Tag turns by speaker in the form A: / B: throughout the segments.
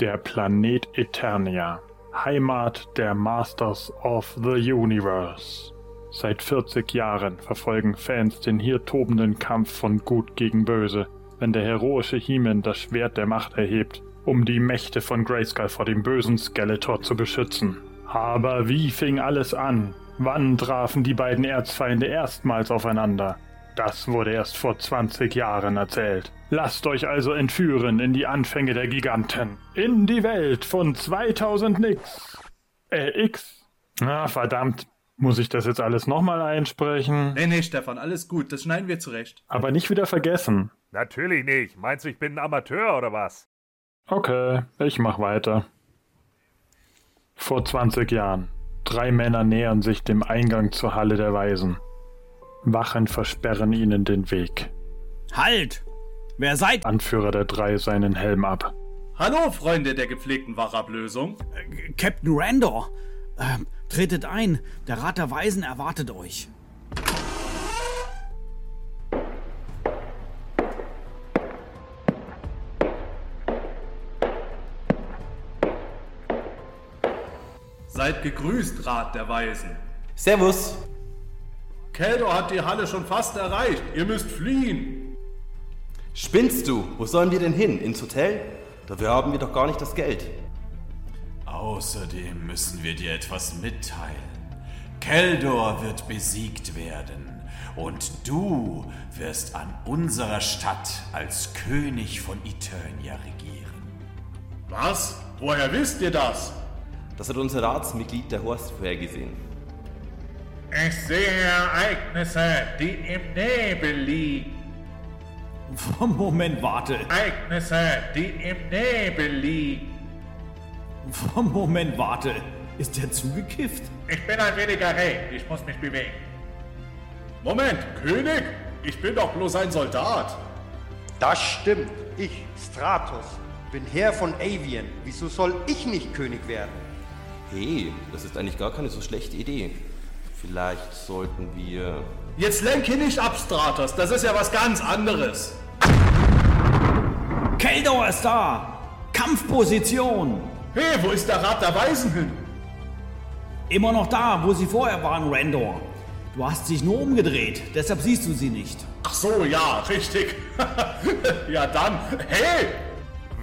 A: Der Planet Eternia, Heimat der Masters of the Universe. Seit 40 Jahren verfolgen Fans den hier tobenden Kampf von Gut gegen Böse, wenn der heroische He-Man das Schwert der Macht erhebt, um die Mächte von Grayskull vor dem bösen Skeletor zu beschützen. Aber wie fing alles an? Wann trafen die beiden Erzfeinde erstmals aufeinander? Das wurde erst vor 20 Jahren erzählt. Lasst euch also entführen in die Anfänge der Giganten. In die Welt von 2000 Nix. Äh, X. Na, verdammt. Muss ich das jetzt alles nochmal einsprechen?
B: Nee, nee, Stefan, alles gut, das schneiden wir zurecht.
A: Aber nicht wieder vergessen.
C: Natürlich nicht. Meinst du, ich bin ein Amateur oder was?
A: Okay, ich mach weiter. Vor 20 Jahren. Drei Männer nähern sich dem Eingang zur Halle der Weisen. Wachen versperren ihnen den Weg.
D: Halt! Wer seid?
A: Anführer der drei seinen Helm ab.
B: Hallo, Freunde der gepflegten Wachablösung.
D: Äh, Captain Randor! Ähm, tretet ein, der Rat der Weisen erwartet euch.
B: Seid gegrüßt, Rat der Weisen.
E: Servus.
B: Keldor hat die Halle schon fast erreicht. Ihr müsst fliehen.
E: Spinnst du? Wo sollen wir denn hin? Ins Hotel? Dafür haben wir doch gar nicht das Geld.
F: Außerdem müssen wir dir etwas mitteilen. Keldor wird besiegt werden und du wirst an unserer Stadt als König von Eternia regieren.
B: Was? Woher wisst ihr das?
E: Das hat unser Ratsmitglied der Horst vorhergesehen.
G: Ich sehe Ereignisse, die im Nebel liegen.
D: Moment, warte.
G: Ereignisse, die im Nebel liegen.
D: Moment, warte. Ist der zugekifft?
G: Ich bin ein wenig erregt. Ich muss mich bewegen.
B: Moment, König? Ich bin doch bloß ein Soldat.
H: Das stimmt. Ich, Stratos, bin Herr von Avian. Wieso soll ich nicht König werden?
E: Hey, Eh, das ist eigentlich gar keine so schlechte Idee. Vielleicht sollten wir.
B: Jetzt lenke nicht ab, Stratos. Das ist ja was ganz anderes.
D: Keldor ist da! Kampfposition!
B: Hey, wo ist der Rat der Weisen hin?
D: Immer noch da, wo sie vorher waren, Randor. Du hast dich nur umgedreht, deshalb siehst du sie nicht.
B: Ach so, ja, richtig. ja, dann. Hey!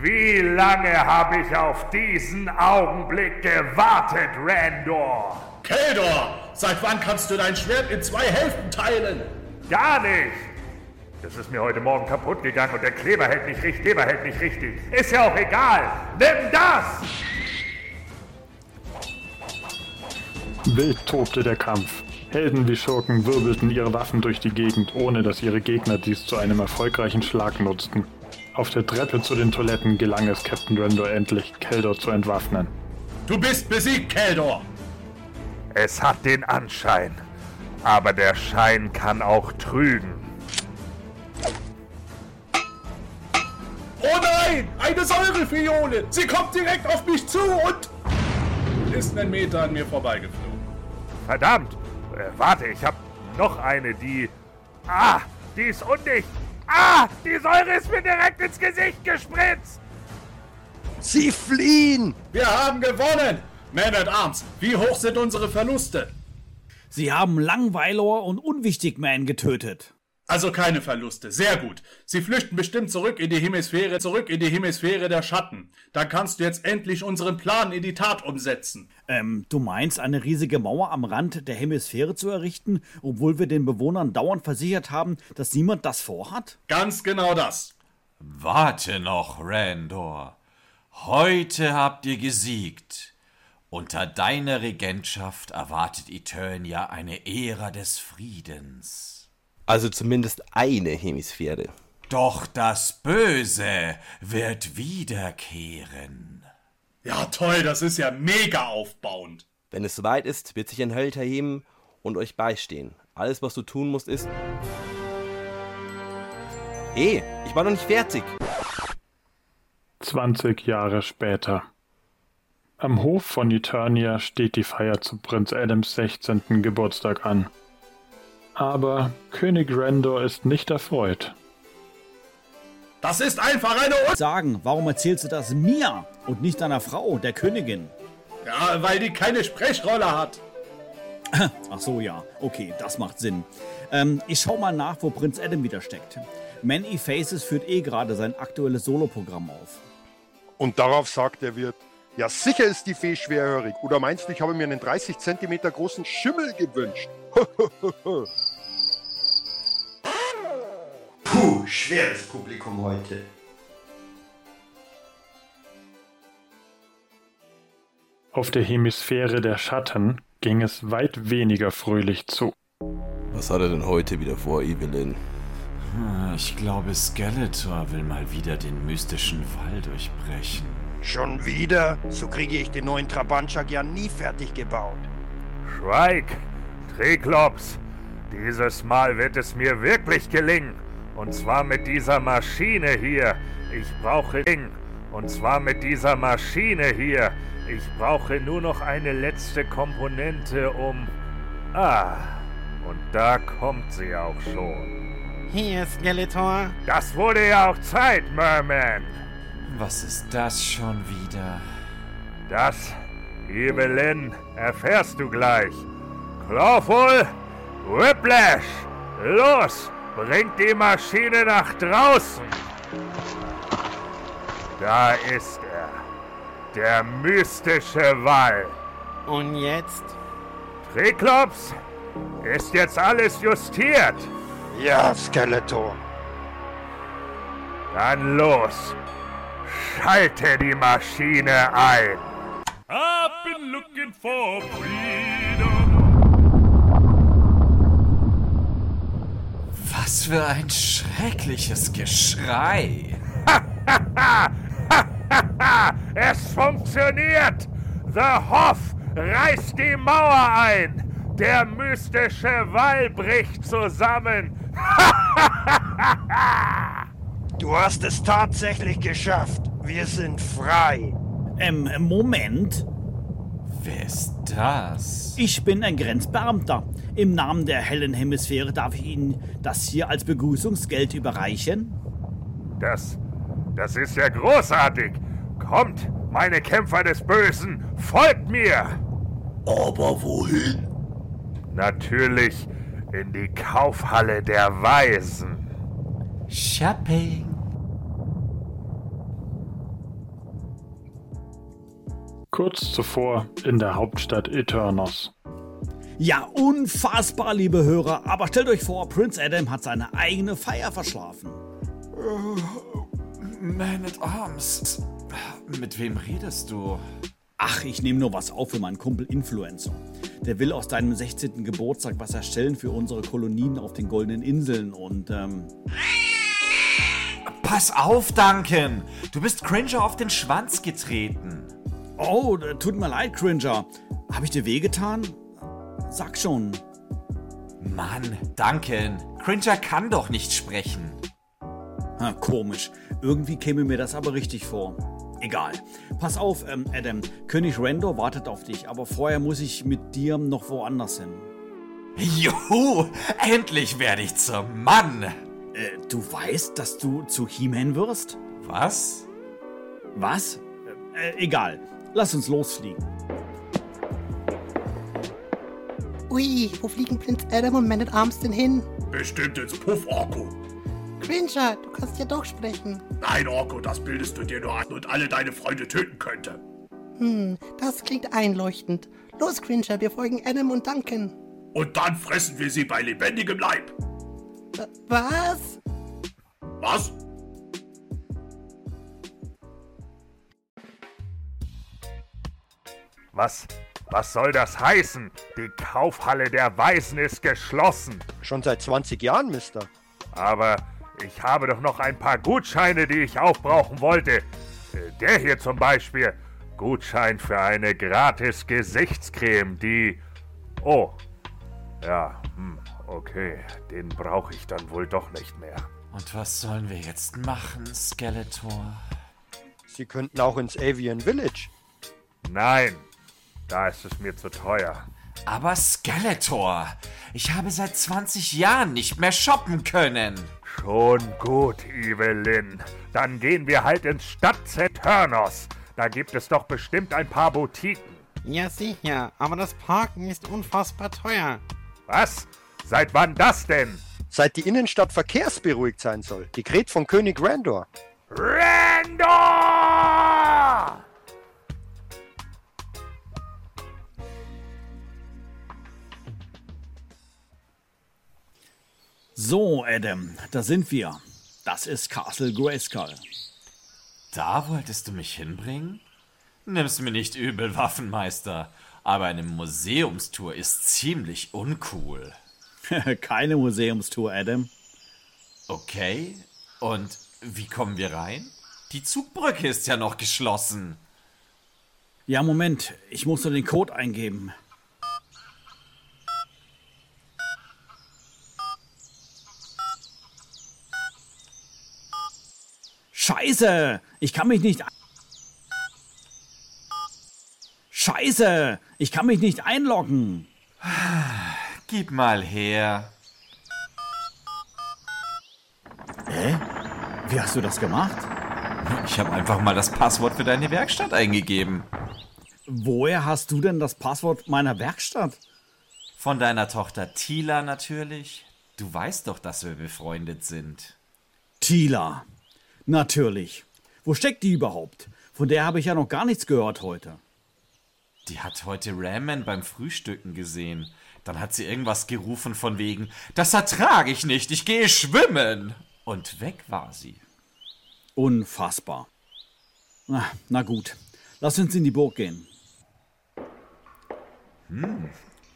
C: Wie lange habe ich auf diesen Augenblick gewartet, Randor?
B: Keldor! Seit wann kannst du dein Schwert in zwei Hälften teilen?
C: Gar nicht! Das ist mir heute Morgen kaputt gegangen und der Kleber hält nicht richtig, Kleber hält nicht richtig. Ist ja auch egal. Nimm das!
A: Wild tobte der Kampf. Helden wie Schurken wirbelten ihre Waffen durch die Gegend, ohne dass ihre Gegner dies zu einem erfolgreichen Schlag nutzten. Auf der Treppe zu den Toiletten gelang es Captain Randor endlich, Keldor zu entwaffnen.
B: Du bist besiegt, Keldor!
C: Es hat den Anschein. Aber der Schein kann auch trügen.
B: Oh nein! Eine Säurefiole! Sie kommt direkt auf mich zu und. Ist ne einen Meter an mir vorbeigeflogen.
C: Verdammt! Äh, warte, ich hab noch eine, die. Ah! Die ist undicht! Ah! Die Säure ist mir direkt ins Gesicht gespritzt!
H: Sie fliehen!
B: Wir haben gewonnen! Man at Arms, wie hoch sind unsere Verluste?
D: Sie haben Langweilor und Unwichtigman getötet.
B: Also keine Verluste, sehr gut. Sie flüchten bestimmt zurück in die Hemisphäre, zurück in die Hemisphäre der Schatten. Dann kannst du jetzt endlich unseren Plan in die Tat umsetzen.
D: Ähm, du meinst, eine riesige Mauer am Rand der Hemisphäre zu errichten, obwohl wir den Bewohnern dauernd versichert haben, dass niemand das vorhat?
B: Ganz genau das.
F: Warte noch, Randor. Heute habt ihr gesiegt. Unter deiner Regentschaft erwartet Eternia eine Ära des Friedens.
E: Also zumindest eine Hemisphäre.
F: Doch das Böse wird wiederkehren.
B: Ja, toll, das ist ja mega aufbauend.
E: Wenn es soweit ist, wird sich ein Hölter heben und euch beistehen. Alles, was du tun musst, ist. Hey, ich war noch nicht fertig.
A: 20 Jahre später. Am Hof von Eternia steht die Feier zu Prinz Adams 16. Geburtstag an. Aber König Randor ist nicht erfreut.
B: Das ist einfach eine Un
D: Sagen, warum erzählst du das mir und nicht deiner Frau, der Königin?
B: Ja, weil die keine Sprechrolle hat.
D: Ach so, ja. Okay, das macht Sinn. Ähm, ich schau mal nach, wo Prinz Adam wieder steckt. Many Faces führt eh gerade sein aktuelles Soloprogramm auf.
I: Und darauf sagt der Wirt, ja sicher ist die Fee schwerhörig. Oder meinst du, ich habe mir einen 30 Zentimeter großen Schimmel gewünscht?
H: Puh, schweres Publikum heute.
A: Auf der Hemisphäre der Schatten ging es weit weniger fröhlich zu.
E: Was hat er denn heute wieder vor, Evelyn?
F: Hm, Ich glaube, Skeletor will mal wieder den mystischen Wall durchbrechen.
H: Schon wieder? So kriege ich den neuen Trabantschak ja nie fertig gebaut.
C: Schweig, Triklops. Dieses Mal wird es mir wirklich gelingen. Und zwar mit dieser Maschine hier. Ich brauche Ding. Und zwar mit dieser Maschine hier. Ich brauche nur noch eine letzte Komponente, um. Ah, und da kommt sie auch schon.
J: Hier, Skeletor.
C: Das wurde ja auch Zeit, Merman.
F: Was ist das schon wieder?
C: Das, Evelyn, erfährst du gleich. Clawful, Whiplash, los, bringt die Maschine nach draußen. Da ist er, der mystische Wall.
J: Und jetzt?
C: Triklops, ist jetzt alles justiert?
H: Ja, Skeletor.
C: Dann los, schalte die Maschine ein. I've been looking for freedom.
F: Was für ein schreckliches Geschrei!
C: Es funktioniert! The Hoff reißt die Mauer ein! Der mystische Wall bricht zusammen!
H: Du hast es tatsächlich geschafft. Wir sind frei.
D: Ähm, Moment.
F: Wer ist das?
D: Ich bin ein Grenzbeamter. Im Namen der hellen Hemisphäre darf ich Ihnen das hier als Begrüßungsgeld überreichen.
C: Das. das ist ja großartig! Kommt, meine Kämpfer des Bösen, folgt mir!
G: Aber wohin?
C: Natürlich in die Kaufhalle der Weisen.
F: Shopping.
A: Kurz zuvor in der Hauptstadt Eternos.
D: Ja, unfassbar, liebe Hörer. Aber stellt euch vor, Prinz Adam hat seine eigene Feier verschlafen.
F: Oh, Man at Arms. Mit wem redest du?
D: Ach, ich nehme nur was auf für meinen Kumpel Influencer. Der will aus deinem 16. Geburtstag was erstellen für unsere Kolonien auf den Goldenen Inseln und ähm,
F: Pass auf, Duncan! Du bist Cringer auf den Schwanz getreten.
D: Oh, äh, tut mir leid, Cringer. Habe ich dir wehgetan? Sag schon.
F: Mann, Duncan, Cringer kann doch nicht sprechen.
D: Ha, Ah, komisch. Irgendwie käme mir das aber richtig vor. Egal. Pass auf, ähm, Adam. König Randor wartet auf dich, aber vorher muss ich mit dir noch woanders hin.
F: Juhu, endlich werde ich zum Mann.
D: Äh, du weißt, dass du zu He-Man wirst?
F: Was?
D: Was? Äh, egal. Lass uns losfliegen.
J: Ui, wo fliegen Prinz Adam und Man at Arms denn hin?
B: Bestimmt ins Puff, Orko.
J: Cringer, du kannst ja doch sprechen.
B: Nein, Orko, das bildest du dir nur ein und alle deine Freunde töten könnte.
J: Hm, Das klingt einleuchtend. Los, Cringer, wir folgen Adam und Duncan.
B: Und dann fressen wir sie bei lebendigem Leib.
J: Wa- Was?
B: Was?
C: Was? Was soll das heißen? Die Kaufhalle der Weisen ist geschlossen.
H: Schon seit 20 Jahren, Mister.
C: Aber ich habe doch noch ein paar Gutscheine, die ich aufbrauchen wollte. Äh, Der hier zum Beispiel. Gutschein für eine gratis Gesichtscreme, die... Oh. Ja, hm, okay. Den brauche ich dann wohl doch nicht mehr.
F: Und was sollen wir jetzt machen, Skeletor?
H: Sie könnten auch ins Avian Village.
C: Nein, da ist es mir zu teuer.
F: Aber Skeletor, ich habe seit 20 Jahren nicht mehr shoppen können.
C: Schon gut, Evelyn. Dann gehen wir halt ins Stadtzenternos. Da gibt es doch bestimmt ein paar Boutiquen.
J: Ja, sicher, aber das Parken ist unfassbar teuer.
C: Was? Seit wann das denn?
I: Seit die Innenstadt verkehrsberuhigt sein soll. Dekret von König Randor.
C: Randor!
D: So, Adam, da sind wir. Das ist Castle Grayskull.
F: Da wolltest du mich hinbringen? Nimm's mir nicht übel, Waffenmeister, aber eine Museumstour ist ziemlich uncool.
D: Keine Museumstour, Adam.
F: Okay, und wie kommen wir rein? Die Zugbrücke ist ja noch geschlossen.
D: Ja, Moment, ich muss nur den Code eingeben. Scheiße, ich kann mich nicht. ein- Scheiße, ich kann mich nicht einloggen.
F: Gib mal her.
D: Hä? Wie hast du das gemacht?
F: Ich habe einfach mal das Passwort für deine Werkstatt eingegeben.
D: Woher hast du denn das Passwort meiner Werkstatt?
F: Von deiner Tochter Tila natürlich. Du weißt doch, dass wir befreundet sind.
D: Tila. Natürlich. Wo steckt die überhaupt? Von der habe ich ja noch gar nichts gehört heute.
F: Die hat heute Ramen beim Frühstücken gesehen. Dann hat sie irgendwas gerufen von wegen, das ertrage ich nicht, ich gehe schwimmen. Und weg war sie.
D: Unfassbar. Na, Ah, na gut, lass uns in die Burg gehen.
F: Hm,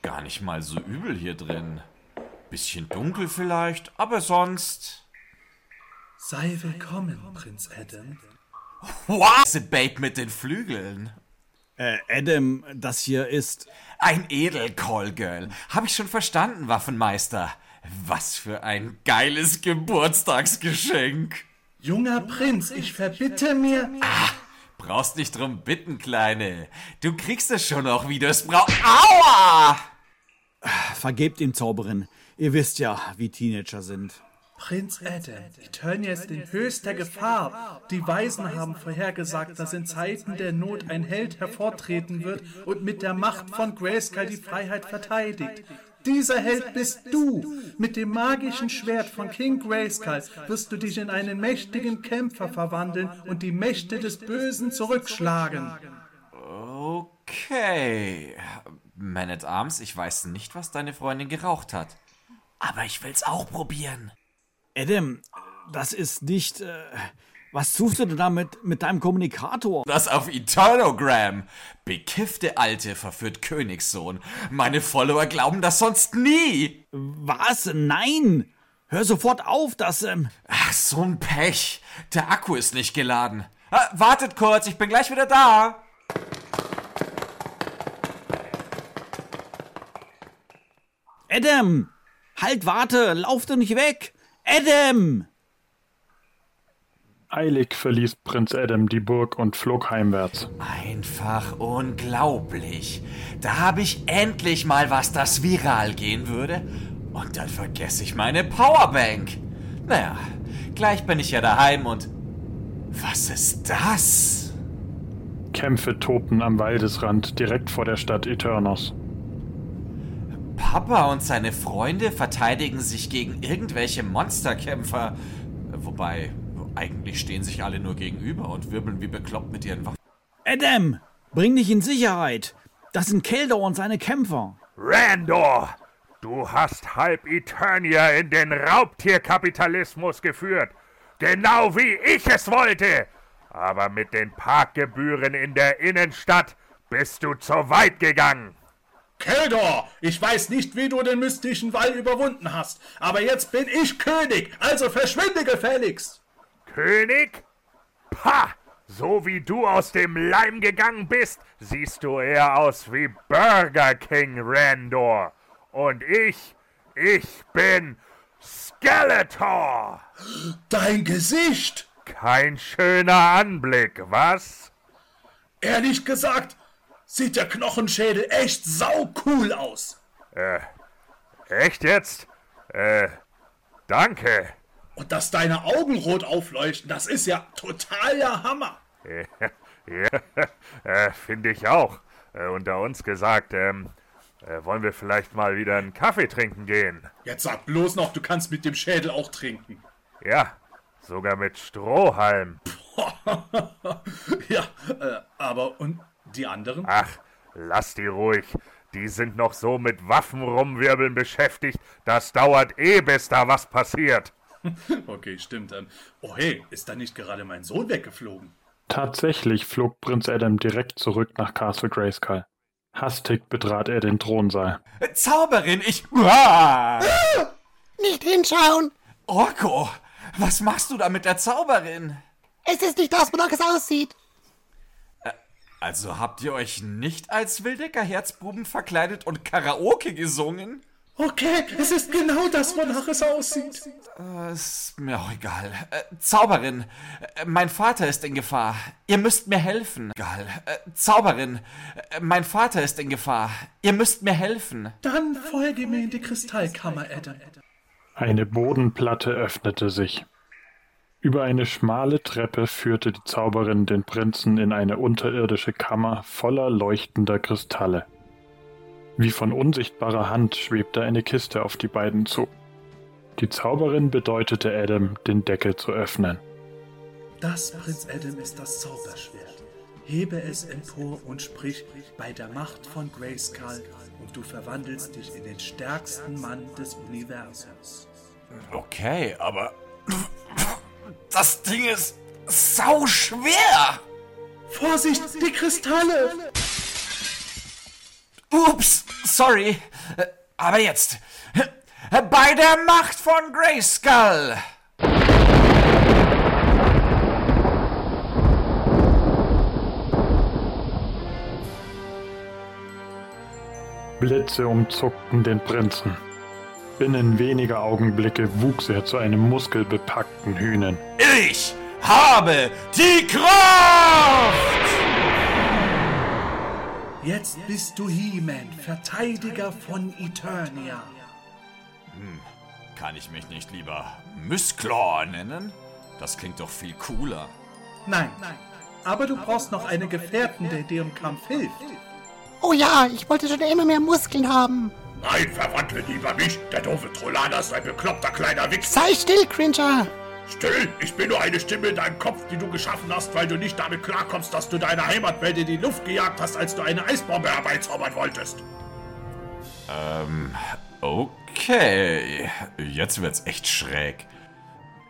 F: gar nicht mal so übel hier drin. Bisschen dunkel vielleicht, aber sonst.
B: Sei willkommen, Prinz Adam.
F: Wow! Diese Babe mit den Flügeln.
D: Äh, Adam, das hier ist.
F: Ein Edelcall-Girl. Hab ich schon verstanden, Waffenmeister. Was für ein geiles Geburtstagsgeschenk.
B: Junger Prinz, ich verbitte mir.
F: Brauchst nicht drum bitten, Kleine. Du kriegst es schon auch, wie du es brauchst. Aua!
D: Vergebt ihm, Zauberin. Ihr wisst ja, wie Teenager sind.
B: Prinz Adam, Eternia ist in höchster Gefahr. Die Weisen haben vorhergesagt, dass in Zeiten der Not ein Held hervortreten wird und mit der Macht von Grayskull die Freiheit verteidigt. Dieser Held bist du. Mit dem magischen Schwert von King Grayskull wirst du dich in einen mächtigen Kämpfer verwandeln und die Mächte des Bösen zurückschlagen.
F: Okay. Man at Arms, ich weiß nicht, was deine Freundin geraucht hat. Aber ich will's auch probieren.
D: Adam, das ist nicht. Äh, was tust du denn damit mit deinem Kommunikator?
F: Das auf Eternogram. Bekiffte Alte verführt Königssohn. Meine Follower glauben das sonst nie.
D: Was? Nein! Hör sofort auf, das. Ähm,
F: Ach, so ein Pech. Der Akku ist nicht geladen. Ah, wartet kurz, ich bin gleich wieder da.
D: Adam! Halt, warte! Lauf doch nicht weg! Adam!
A: Eilig verließ Prinz Adam die Burg und flog heimwärts.
F: Einfach unglaublich. Da habe ich endlich mal was, das viral gehen würde. Und dann vergesse ich meine Powerbank. Naja, gleich bin ich ja daheim und... Was ist das?
A: Kämpfe tobten am Waldesrand direkt vor der Stadt Eternos.
F: Papa und seine Freunde verteidigen sich gegen irgendwelche Monsterkämpfer. Wobei, eigentlich stehen sich alle nur gegenüber und wirbeln wie bekloppt mit ihren Waffen.
D: Adam! Bring dich in Sicherheit! Das sind Keldor und seine Kämpfer!
C: Randor, du hast halb Eternia in den Raubtierkapitalismus geführt. Genau wie ich es wollte. Aber mit den Parkgebühren in der Innenstadt bist du zu weit gegangen.
B: Keldor, ich weiß nicht, wie du den mystischen Wall überwunden hast, aber jetzt bin ich König, also verschwinde gefälligst.
C: König? Pah! So wie du aus dem Leim gegangen bist, siehst du eher aus wie Burger King Randor. Und ich, ich bin Skeletor!
B: Dein Gesicht!
C: Kein schöner Anblick, was?
B: Ehrlich gesagt, sieht der Knochenschädel echt saucool aus.
C: Äh, echt jetzt? Äh, danke.
B: Und dass deine Augen rot aufleuchten, das ist ja total der Hammer.
C: Ja, äh, finde ich auch. Äh, unter uns gesagt, ähm, äh, wollen wir vielleicht mal wieder einen Kaffee trinken gehen?
B: Jetzt sag bloß noch, du kannst mit dem Schädel auch trinken.
C: Ja, sogar mit Strohhalm.
B: ja, äh, aber und die anderen?
C: Ach, lass die ruhig. Die sind noch so mit Waffen rumwirbeln beschäftigt. Das dauert eh, bis da was passiert.
B: Okay, stimmt. Ähm, oh hey, ist da nicht gerade mein Sohn weggeflogen?
A: Tatsächlich flog Prinz Adam direkt zurück nach Castle Grayskull. Hastig betrat er den Thronsaal.
F: Zauberin, ich. Uah!
J: Nicht hinschauen!
F: Orko, was machst du da mit der Zauberin?
J: Es ist nicht das, wonach es aussieht.
F: Also habt ihr euch nicht als Wildecker Herzbuben verkleidet und Karaoke gesungen?
B: Okay, es ist genau das, wonach es aussieht.
F: Äh, ist mir auch egal. Äh, Zauberin, äh, mein Vater ist in Gefahr. Ihr müsst mir helfen. Egal. Äh, Zauberin, äh, mein Vater ist in Gefahr. Ihr müsst mir helfen.
B: Dann folge mir in die Kristallkammer, Adam.
A: Eine Bodenplatte öffnete sich. Über eine schmale Treppe führte die Zauberin den Prinzen in eine unterirdische Kammer voller leuchtender Kristalle. Wie von unsichtbarer Hand schwebte eine Kiste auf die beiden zu. Die Zauberin bedeutete Adam, den Deckel zu öffnen.
B: Das, Prinz Adam, ist das Zauberschwert. Hebe es empor und sprich bei der Macht von Grayskull und du verwandelst dich in den stärksten Mann des Universums.
F: Okay, aber. Das Ding ist sau schwer!
B: Vorsicht, die Kristalle!
F: Ups, sorry. Äh, Aber jetzt. Äh, Bei der Macht von Grayskull!
A: Blitze umzuckten den Prinzen. Binnen weniger Augenblicke wuchs er zu einem muskelbepackten Hühnen.
F: Ich habe die Kraft!
B: Jetzt bist du He-Man, Verteidiger von Eternia.
F: Hm, Kann ich mich nicht lieber Miss Claw nennen? Das klingt doch viel cooler.
B: Nein, aber du brauchst noch einen Gefährten, der dir im Kampf hilft.
J: Oh ja, ich wollte schon immer mehr Muskeln haben.
G: Nein, verwandle lieber mich. Der doofe Trollaner ist ein bekloppter kleiner Wichser.
J: Sei still, Cringer.
G: Still, ich bin nur eine Stimme in deinem Kopf, die du geschaffen hast, weil du nicht damit klarkommst, dass du deine Heimatwelt in die Luft gejagt hast, als du eine Eisbombe herbeizaubern wolltest.
F: Ähm, okay. Jetzt wird's echt schräg.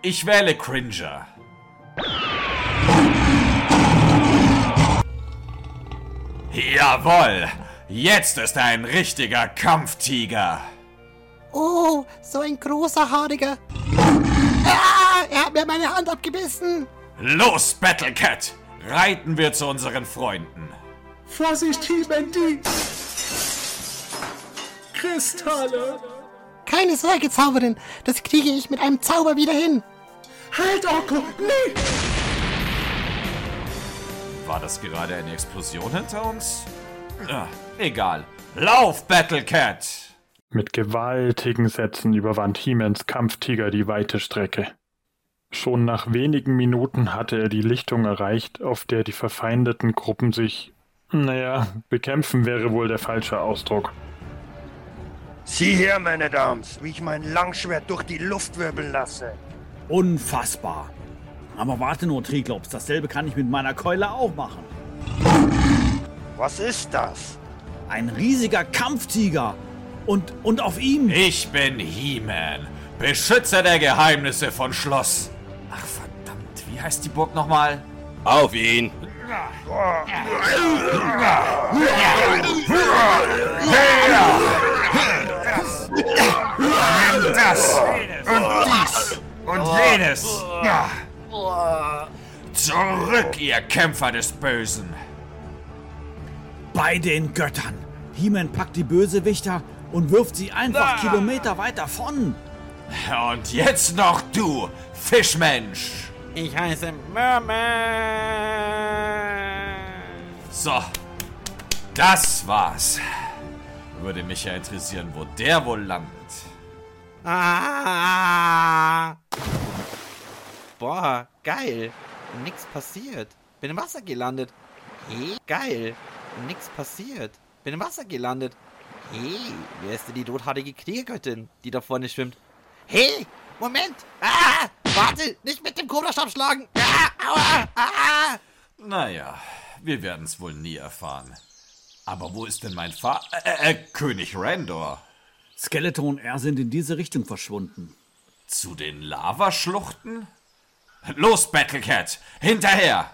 F: Ich wähle Cringer. Jawoll! Jetzt ist er ein richtiger Kampftiger.
J: Oh, so ein großer Haariger. Ah, er hat mir meine Hand abgebissen.
F: Los, Battlecat! Reiten wir zu unseren Freunden.
B: Vorsicht, He-Man, die Kristalle.
J: Keine Sorge, Zauberin. Das kriege ich mit einem Zauber wieder hin.
B: Halt, Orko, nee!
F: War das gerade eine Explosion hinter uns? Ah, egal. Lauf, Battlecat!
A: Mit gewaltigen Sätzen überwand Hiemens Kampftiger die weite Strecke. Schon nach wenigen Minuten hatte er die Lichtung erreicht, auf der die verfeindeten Gruppen sich, naja, bekämpfen wäre wohl der falsche Ausdruck.
H: Sieh her, meine Damen, wie ich mein Langschwert durch die Luft wirbeln lasse.
D: Unfassbar. Aber warte nur, Triglops, dasselbe kann ich mit meiner Keule auch machen.
H: Was ist das?
D: Ein riesiger Kampftiger. Und, und auf ihm.
F: Ich bin He-Man, Beschützer der Geheimnisse von Schloss. Ach verdammt, wie heißt die Burg nochmal?
E: Auf ihn!
C: Das und dies und jenes.
F: Zurück, ihr Kämpfer des Bösen.
D: Bei den Göttern. He-Man packt die Bösewichter und wirft sie einfach Kilometer weit davon.
F: Und jetzt noch du, Fischmensch.
K: Ich heiße Merman.
F: So, das war's. Würde mich ja interessieren, wo der wohl landet.
K: Ah. Boah, geil. Und nix passiert. Bin im Wasser gelandet. Hey, geil. Und nix passiert. Bin im Wasser gelandet. Hey, wer ist denn die rothaarige Kriegergöttin, die da vorne schwimmt? Hey, Moment. Ah, warte, nicht mit dem Kobrastab schlagen. Ah, aua, ah.
F: Naja, wir werden es wohl nie erfahren. Aber wo ist denn mein Fa... Äh, äh, König Randor?
D: Skeleton und er sind in diese Richtung verschwunden.
F: Zu den Lavaschluchten? Los, Battlecat! Hinterher!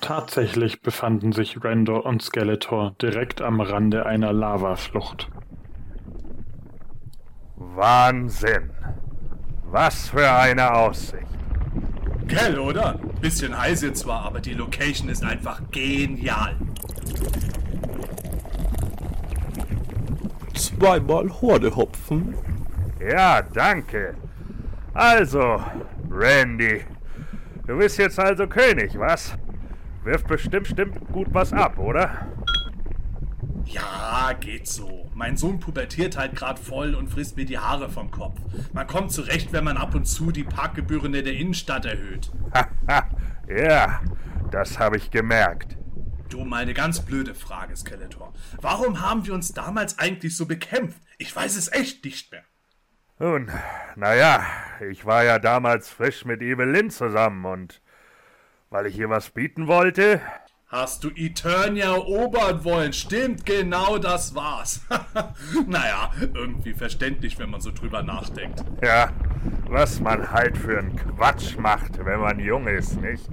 A: Tatsächlich befanden sich Randor und Skeletor direkt am Rande einer Lavaflucht.
C: Wahnsinn. Was für eine Aussicht.
B: Gell, oder? Bisschen heiß jetzt zwar, aber die Location ist einfach genial.
L: Zweimal Hordehopfen.
C: Ja, danke. Also, Randy, du bist jetzt also König, was? Wirft bestimmt, stimmt gut was ab, oder?
B: Ja, geht so. Mein Sohn pubertiert halt grad voll und frisst mir die Haare vom Kopf. Man kommt zurecht, wenn man ab und zu die Parkgebühren in der Innenstadt erhöht.
C: Ja, das habe ich gemerkt.
B: Du, mal eine ganz blöde Frage, Skeletor. Warum haben wir uns damals eigentlich so bekämpft? Ich weiß es echt nicht mehr.
C: Nun, naja, ich war ja damals frisch mit Evelyn zusammen und weil ich ihr was bieten wollte.
B: Hast du Eternia erobern wollen? Stimmt, genau das war's. naja, irgendwie verständlich, wenn man so drüber nachdenkt.
C: Ja, was man halt für einen Quatsch macht, wenn man jung ist, nicht?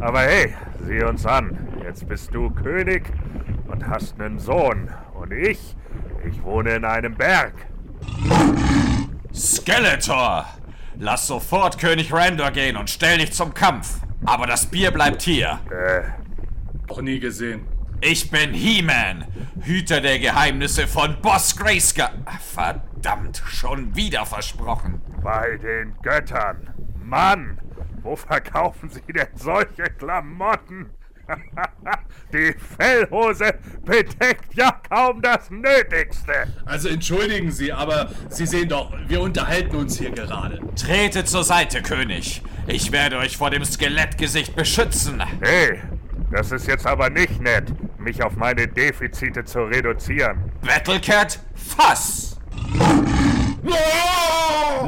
C: Aber hey, sieh uns an. Jetzt bist du König und hast einen Sohn. Und ich, ich wohne in einem Berg.
F: Skeletor! Lass sofort König Randor gehen und stell dich zum Kampf. Aber das Bier bleibt hier.
B: Äh, Noch nie gesehen.
F: Ich bin He-Man, Hüter der Geheimnisse von Boss Grayskull. Verdammt, schon wieder versprochen.
C: Bei den Göttern. Mann, wo verkaufen sie denn solche Klamotten? Die Fellhose bedeckt ja kaum das Nötigste.
B: Also entschuldigen Sie, aber Sie sehen doch, wir unterhalten uns hier gerade.
F: Trete zur Seite, König. Ich werde euch vor dem Skelettgesicht beschützen.
C: Hey, das ist jetzt aber nicht nett, mich auf meine Defizite zu reduzieren.
F: Battlecat, fass!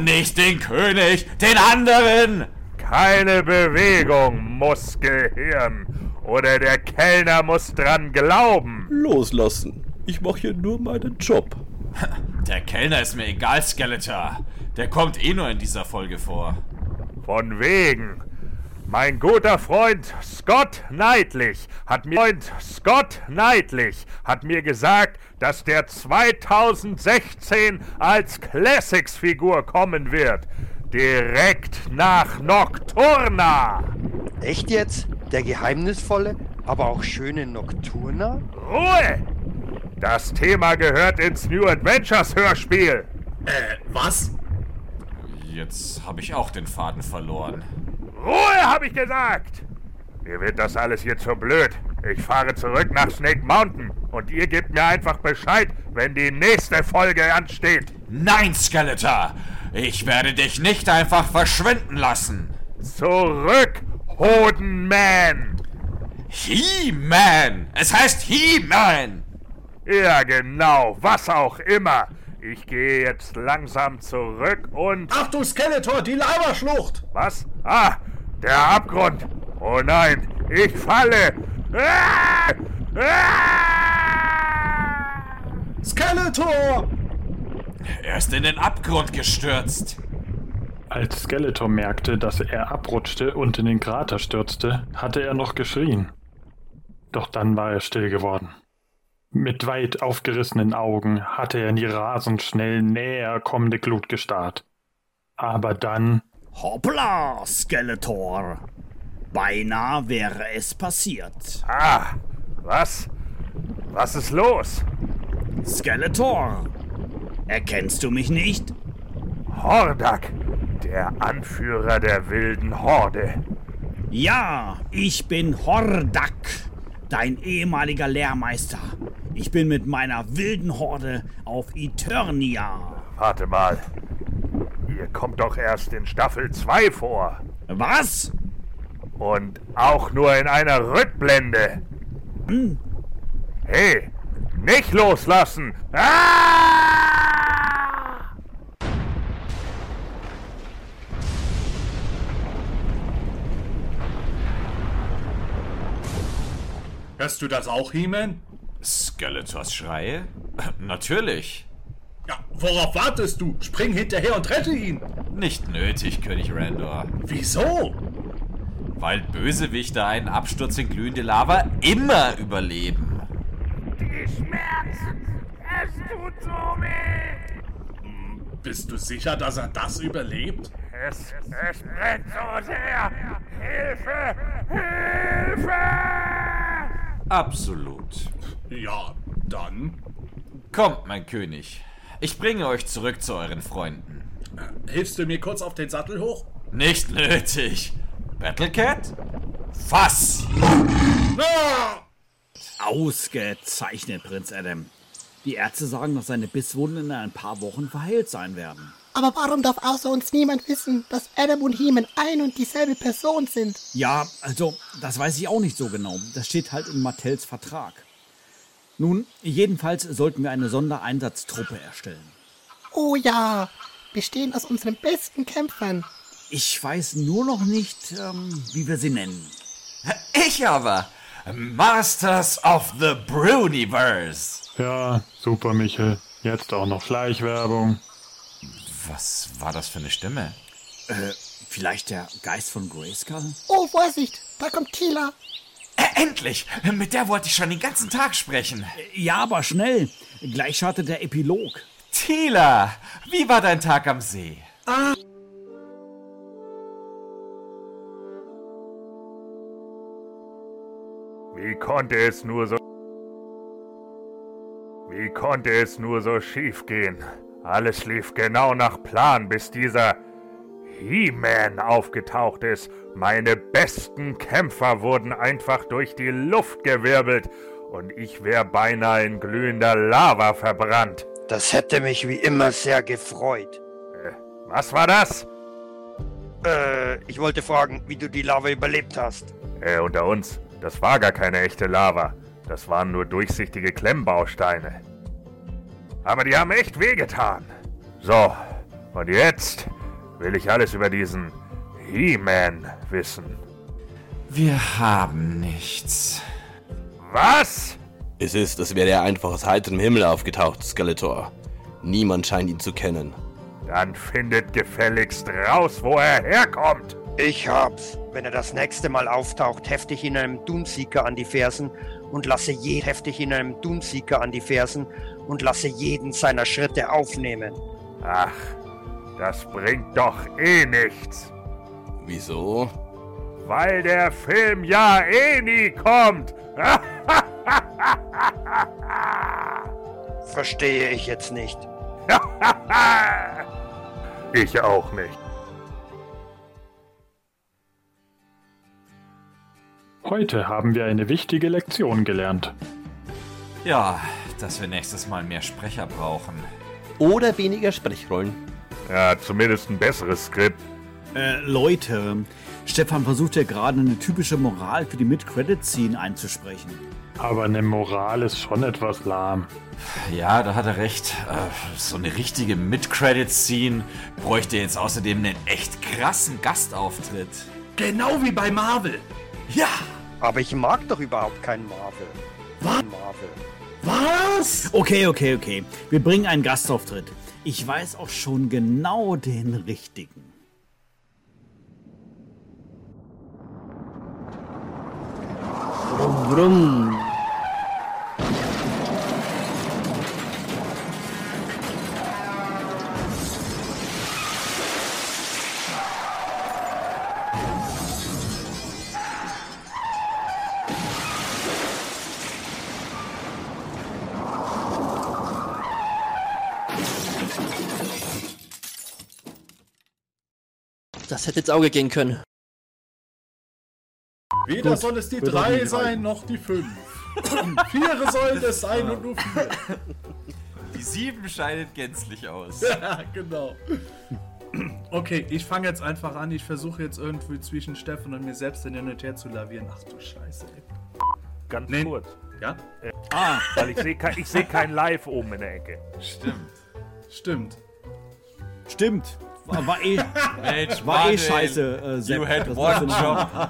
F: Nicht den König, den anderen!
C: Keine Bewegung, Muskelhirn. Oder der Kellner muss dran glauben.
L: Loslassen. Ich mache hier nur meinen Job.
F: Der Kellner ist mir egal, Skeletor. Der kommt eh nur in dieser Folge vor.
C: Von wegen. Mein guter Freund Scott Neidlich hat mir Freund Scott Neidlich hat mir gesagt, dass der 2016 als Classics Figur kommen wird. Direkt nach Nocturna.
H: Echt jetzt? Der geheimnisvolle, aber auch schöne Nocturna?
C: Ruhe! Das Thema gehört ins New Adventures Hörspiel.
B: Äh, was?
F: Jetzt habe ich auch den Faden verloren.
C: Ruhe, habe ich gesagt! Mir wird das alles hier zu blöd. Ich fahre zurück nach Snake Mountain und ihr gebt mir einfach Bescheid, wenn die nächste Folge ansteht.
F: Nein, Skeletor! Ich werde dich nicht einfach verschwinden lassen!
C: Zurück, Hodenman!
F: He-Man! Es heißt He-Man!
C: Ja, genau, was auch immer. Ich gehe jetzt langsam zurück und.
B: Achtung, Skeletor, die Lavaschlucht!
C: Was? Ah, der Abgrund! Oh nein, ich falle! Ah! Ah!
B: Skeletor!
F: Er ist in den Abgrund gestürzt.
A: Als Skeletor merkte, dass er abrutschte und in den Krater stürzte, hatte er noch geschrien. Doch dann war er still geworden. Mit weit aufgerissenen Augen hatte er in die rasend schnell näher kommende Glut gestarrt. Aber dann
D: Hoppla, Ah, Skeletor. Beinahe wäre es passiert.
C: Ah, was? Was ist los?
D: Skeletor, erkennst du mich nicht?
C: Hordak, der Anführer der wilden Horde.
D: Ja, ich bin Hordak, dein ehemaliger Lehrmeister. Ich bin mit meiner wilden Horde auf Eternia.
C: Warte mal. Ihr kommt doch erst in Staffel 2 vor.
D: Was?
C: Und auch nur in einer Rückblende.
D: Hm.
C: Hey, nicht loslassen! Ah!
B: Hörst du das auch, He-Man?
F: Skeletors Schreie? Natürlich.
B: Ja, worauf wartest du? Spring hinterher und rette ihn!
F: Nicht nötig, König Randor.
B: Wieso?
F: Weil Bösewichter einen Absturz in glühende Lava immer überleben.
C: Die Schmerzen, es tut so weh!
B: Bist du sicher, dass er das überlebt?
C: Es, es brennt so sehr! Hilfe! Hilfe!
F: Absolut.
B: Ja, dann.
F: Kommt, mein König. Ich bringe euch zurück zu euren Freunden.
B: Äh, Hilfst du mir kurz auf den Sattel hoch?
F: Nicht nötig. Battlecat? Fass!
B: Ah!
D: Ausgezeichnet, Prinz Adam. Die Ärzte sagen, dass seine Bisswunden in ein paar Wochen verheilt sein werden.
J: Aber warum darf außer uns niemand wissen, dass Adam und Heeman ein und dieselbe Person sind?
D: Ja, also, das weiß ich auch nicht so genau. Das steht halt in Mattels Vertrag. Nun, jedenfalls sollten wir eine Sondereinsatztruppe erstellen.
J: Oh ja, bestehen aus unseren besten Kämpfern.
D: Ich weiß nur noch nicht, ähm, wie wir sie nennen.
F: Ich aber! Masters of the Bruniverse!
A: Ja, super, Michel. Jetzt auch noch Schleichwerbung.
F: Was war das für eine Stimme?
D: Äh, vielleicht der Geist von Grayskull?
J: Oh, Vorsicht, da kommt Tila.
F: Ä- Endlich! Mit der wollte ich schon den ganzen Tag sprechen.
D: Ja, aber schnell. Gleich startet der Epilog.
F: Tila, wie war dein Tag am See?
C: Wie konnte es nur so. Wie konnte es nur so schief gehen? Alles lief genau nach Plan, bis dieser He-Man aufgetaucht ist. Meine besten Kämpfer wurden einfach durch die Luft gewirbelt und ich wäre beinahe in glühender Lava verbrannt.
H: Das hätte mich wie immer sehr gefreut.
C: Äh, Was war das?
H: Äh, ich wollte fragen, wie du die Lava überlebt hast.
C: Äh, unter uns, das war gar keine echte Lava. Das waren nur durchsichtige Klemmbausteine. Aber die haben echt wehgetan. So, und jetzt will ich alles über diesen He-Man wissen.
F: Wir haben nichts.
C: Was?
E: Es ist, als wäre er einfach aus heiterem Himmel aufgetaucht, Skeletor. Niemand scheint ihn zu kennen.
C: Dann findet gefälligst raus, wo er herkommt.
H: Ich hab's. Wenn er das nächste Mal auftaucht, hefte ich ihn einem Doomseeker an die Fersen und lasse je hefte ich ihn einem Doomseeker an die Fersen und lasse jeden seiner Schritte aufnehmen.
C: Ach, das bringt doch eh nichts.
E: Wieso?
C: Weil der Film ja eh nie kommt.
H: Verstehe ich jetzt nicht.
C: Ich auch nicht.
A: Heute haben wir eine wichtige Lektion gelernt.
F: Ja, dass wir nächstes Mal mehr Sprecher brauchen.
E: Oder weniger Sprechrollen.
C: Ja, zumindest ein besseres Skript.
D: Äh, Leute, Stefan versucht ja gerade eine typische Moral für die Mid-Credit-Scene einzusprechen.
A: Aber eine Moral ist schon etwas lahm.
F: Ja, da hat er recht. Äh, So eine richtige Mid-Credit-Scene bräuchte jetzt außerdem einen echt krassen Gastauftritt.
B: Genau wie bei Marvel.
F: Ja!
H: Aber ich mag doch überhaupt keinen Marvel. Was? Marvel.
B: Was?
D: Okay, okay, okay. Wir bringen einen Gastauftritt. Ich weiß auch schon genau den richtigen. Brumm, brumm.
M: Das hätte ins Auge gehen können.
B: Weder soll es die
M: wird auch
B: drei
M: nicht
B: sein, noch die fünf. Viere sollen es sein und nur vier.
F: Die sieben scheidet gänzlich aus.
B: Ja, genau. Okay, ich fange jetzt einfach an. Ich versuche jetzt irgendwie zwischen Steffen und mir selbst in den und her zu lavieren. Ach du Scheiße. Ey.
C: Ganz kurz.
B: Ja?
C: Äh, Weil ich sehe kein, ich seh kein Live oben in der Ecke.
F: Stimmt.
B: Stimmt.
D: Stimmt. War, war eh,
F: Mensch,
D: war eh
F: Manuel,
D: scheiße. Äh, Sepp.
F: you had
D: Das
F: one
D: musst du noch-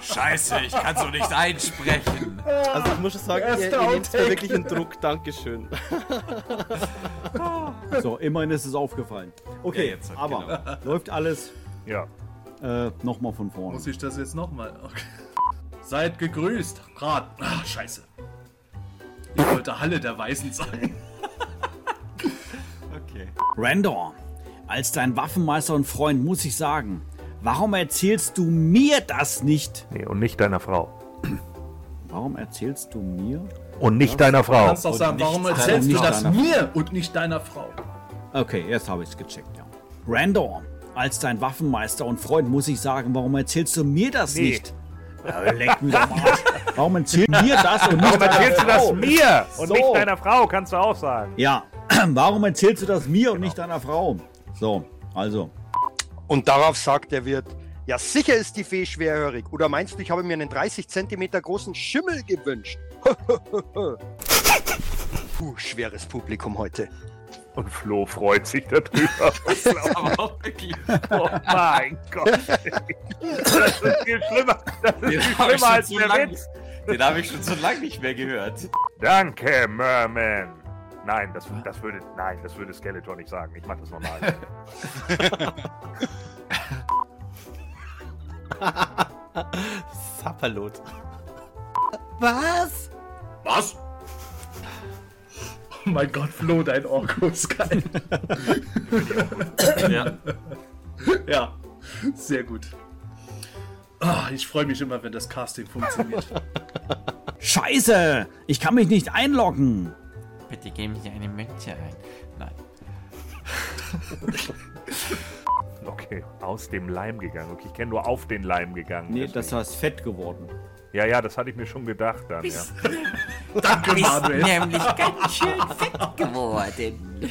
F: Scheiße, ich kann so nicht einsprechen.
K: Also ich muss schon sagen, ihr,
F: Erster
K: ihr nehmt mir
F: Outtake.
K: wirklich einen Druck. Dankeschön.
D: So, immerhin ist es aufgefallen. Okay,
B: Ja, jetzt halt,
D: aber
B: genau.
D: läuft alles.
C: Ja.
D: Äh, Nochmal von vorne.
B: Muss ich das jetzt nochmal? Okay. Seid gegrüßt, Rat. Ah, scheiße. Ich wollte Halle der Weißen sagen.
K: Okay.
D: Randor, als dein Waffenmeister und Freund muss ich sagen, warum erzählst du mir das nicht?
C: Nee, und nicht deiner Frau.
D: Warum erzählst du mir?
C: Und nicht deiner Frau.
B: Du kannst auch sagen,
D: Und
B: warum
D: nicht-
B: erzählst du
D: nicht
B: das
D: deiner-
B: mir und nicht deiner Frau?
D: Okay, jetzt habe ich es gecheckt, ja. Randor, als dein Waffenmeister und Freund muss ich sagen, warum erzählst du mir das
C: Nee.
D: nicht? Ja, leck mich am Arsch. Warum erzählst du mir das und nicht
C: Warum erzählst du
D: deiner Frau?
C: das mir und
D: So.
C: nicht deiner Frau, kannst du auch sagen.
D: Ja, warum erzählst du das mir und nicht deiner Frau? Oh, So, also.
I: Und darauf sagt der Wirt, ja sicher ist die Fee schwerhörig. Oder meinst du, ich habe mir einen 30 Zentimeter großen Schimmel gewünscht? Puh, schweres Publikum heute.
C: Und Flo freut sich darüber.
F: Aber auch wirklich.
C: Oh mein Gott. Das ist viel schlimmer. Das ist
F: Den
C: viel
F: hab ich
C: schlimmer
F: schon
C: als
F: zu
C: der
F: lang-
C: Witz.
F: Den habe ich schon so lange nicht mehr gehört.
C: Danke, Merman. Nein, das, das würde. Nein, das würde Skeletor nicht sagen. Ich mach das normal.
K: Sapperlot.
J: Was?
G: Was?
B: Oh mein Gott, Flo, dein Orko ist geil.
F: Ja.
B: ja, sehr gut. Ah, ich freue mich immer, wenn das Casting funktioniert.
D: Scheiße! Ich kann mich nicht einloggen!
F: Bitte geben Sie eine Münze ein. Nein.
C: Okay, aus dem Leim gegangen. Okay, ich kenne nur auf den Leim gegangen.
D: Nee, das heißt fett geworden.
C: Ja, ja, das hatte ich mir schon gedacht dann, ja.
B: Danke, Manuel.
J: ganz schön fett
F: geworden.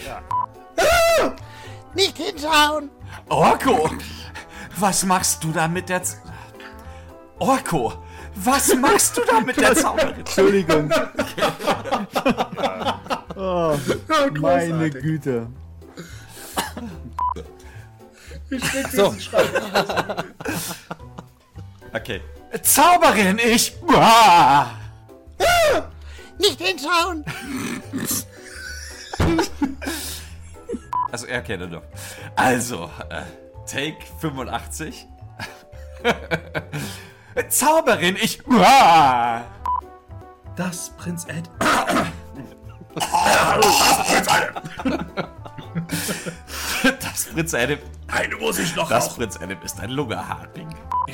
J: Nicht hinschauen.
F: Orko, was machst du da mit der... Z Orko, was machst du da mit der Zauberin?
D: Entschuldigung. Ah. Oh,
B: Großartig.
D: meine Güte.
B: Ich krieg
F: So.
B: diesen Schreiben.
F: Okay. Zauberin, ich... Ah!
J: Nicht hinschauen.
F: Also, er kennt ihn doch. Also, äh, Take 85. Zauberin, ich... Ah!
B: Das Prinz Ed.
F: Das Prinz Adam...
B: Eine muss ich noch
F: Das
B: rauchen.
F: Prinz Adam ist ein Lungerharding.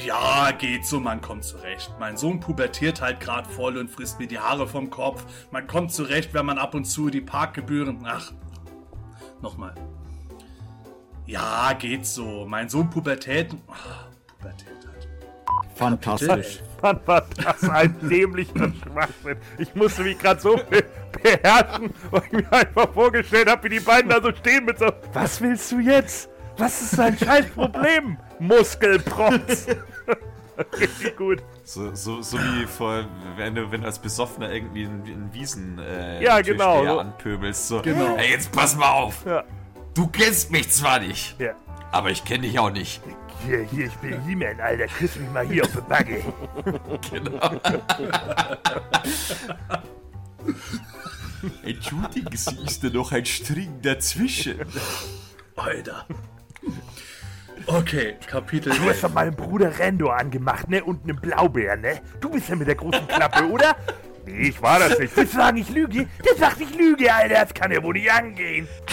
B: Ja, geht so, man kommt zurecht. Mein Sohn pubertiert halt grad voll und frisst mir die Haare vom Kopf. Man kommt zurecht, wenn man ab und zu die Parkgebühren. Ach, nochmal. Ja, geht so. Mein Sohn Pubertät. Ah, Pubertät halt.
D: Fantastisch.
C: Mann, war das ein dämlicher Schwachsinn. Ich musste mich gerade so be- beherrschen, weil ich mir einfach vorgestellt habe, wie die beiden da so stehen mit so. Was willst du jetzt? Was ist dein scheiß Problem? Muskelprotz. Richtig gut.
F: So, so, so wie vor, wenn du, wenn du als Besoffener irgendwie einen, einen Wiesen äh,
C: Ja,
F: Türsteher
C: genau, so.
F: anpöbelst. So,
C: Genau.
F: Hey, jetzt pass mal auf.
C: Ja.
F: Du kennst mich zwar nicht,
C: Ja.
F: aber ich kenne dich auch nicht.
C: Hier, hier, ich bin He-Man, Alter. Küss mich mal hier auf die Backe.
F: Genau. Entschuldigen Sie, ist da noch ein String dazwischen?
B: Alter. Okay, Kapitel.
C: Du hast von meinem Bruder Rendo angemacht, ne? Und einem Blaubeeren, ne? Du bist ja mit der großen Klappe, oder? Nee, ich war das nicht. Willst du sagen, ich lüge? Der sagt, ich lüge, Alter. Das kann ja wohl nicht angehen.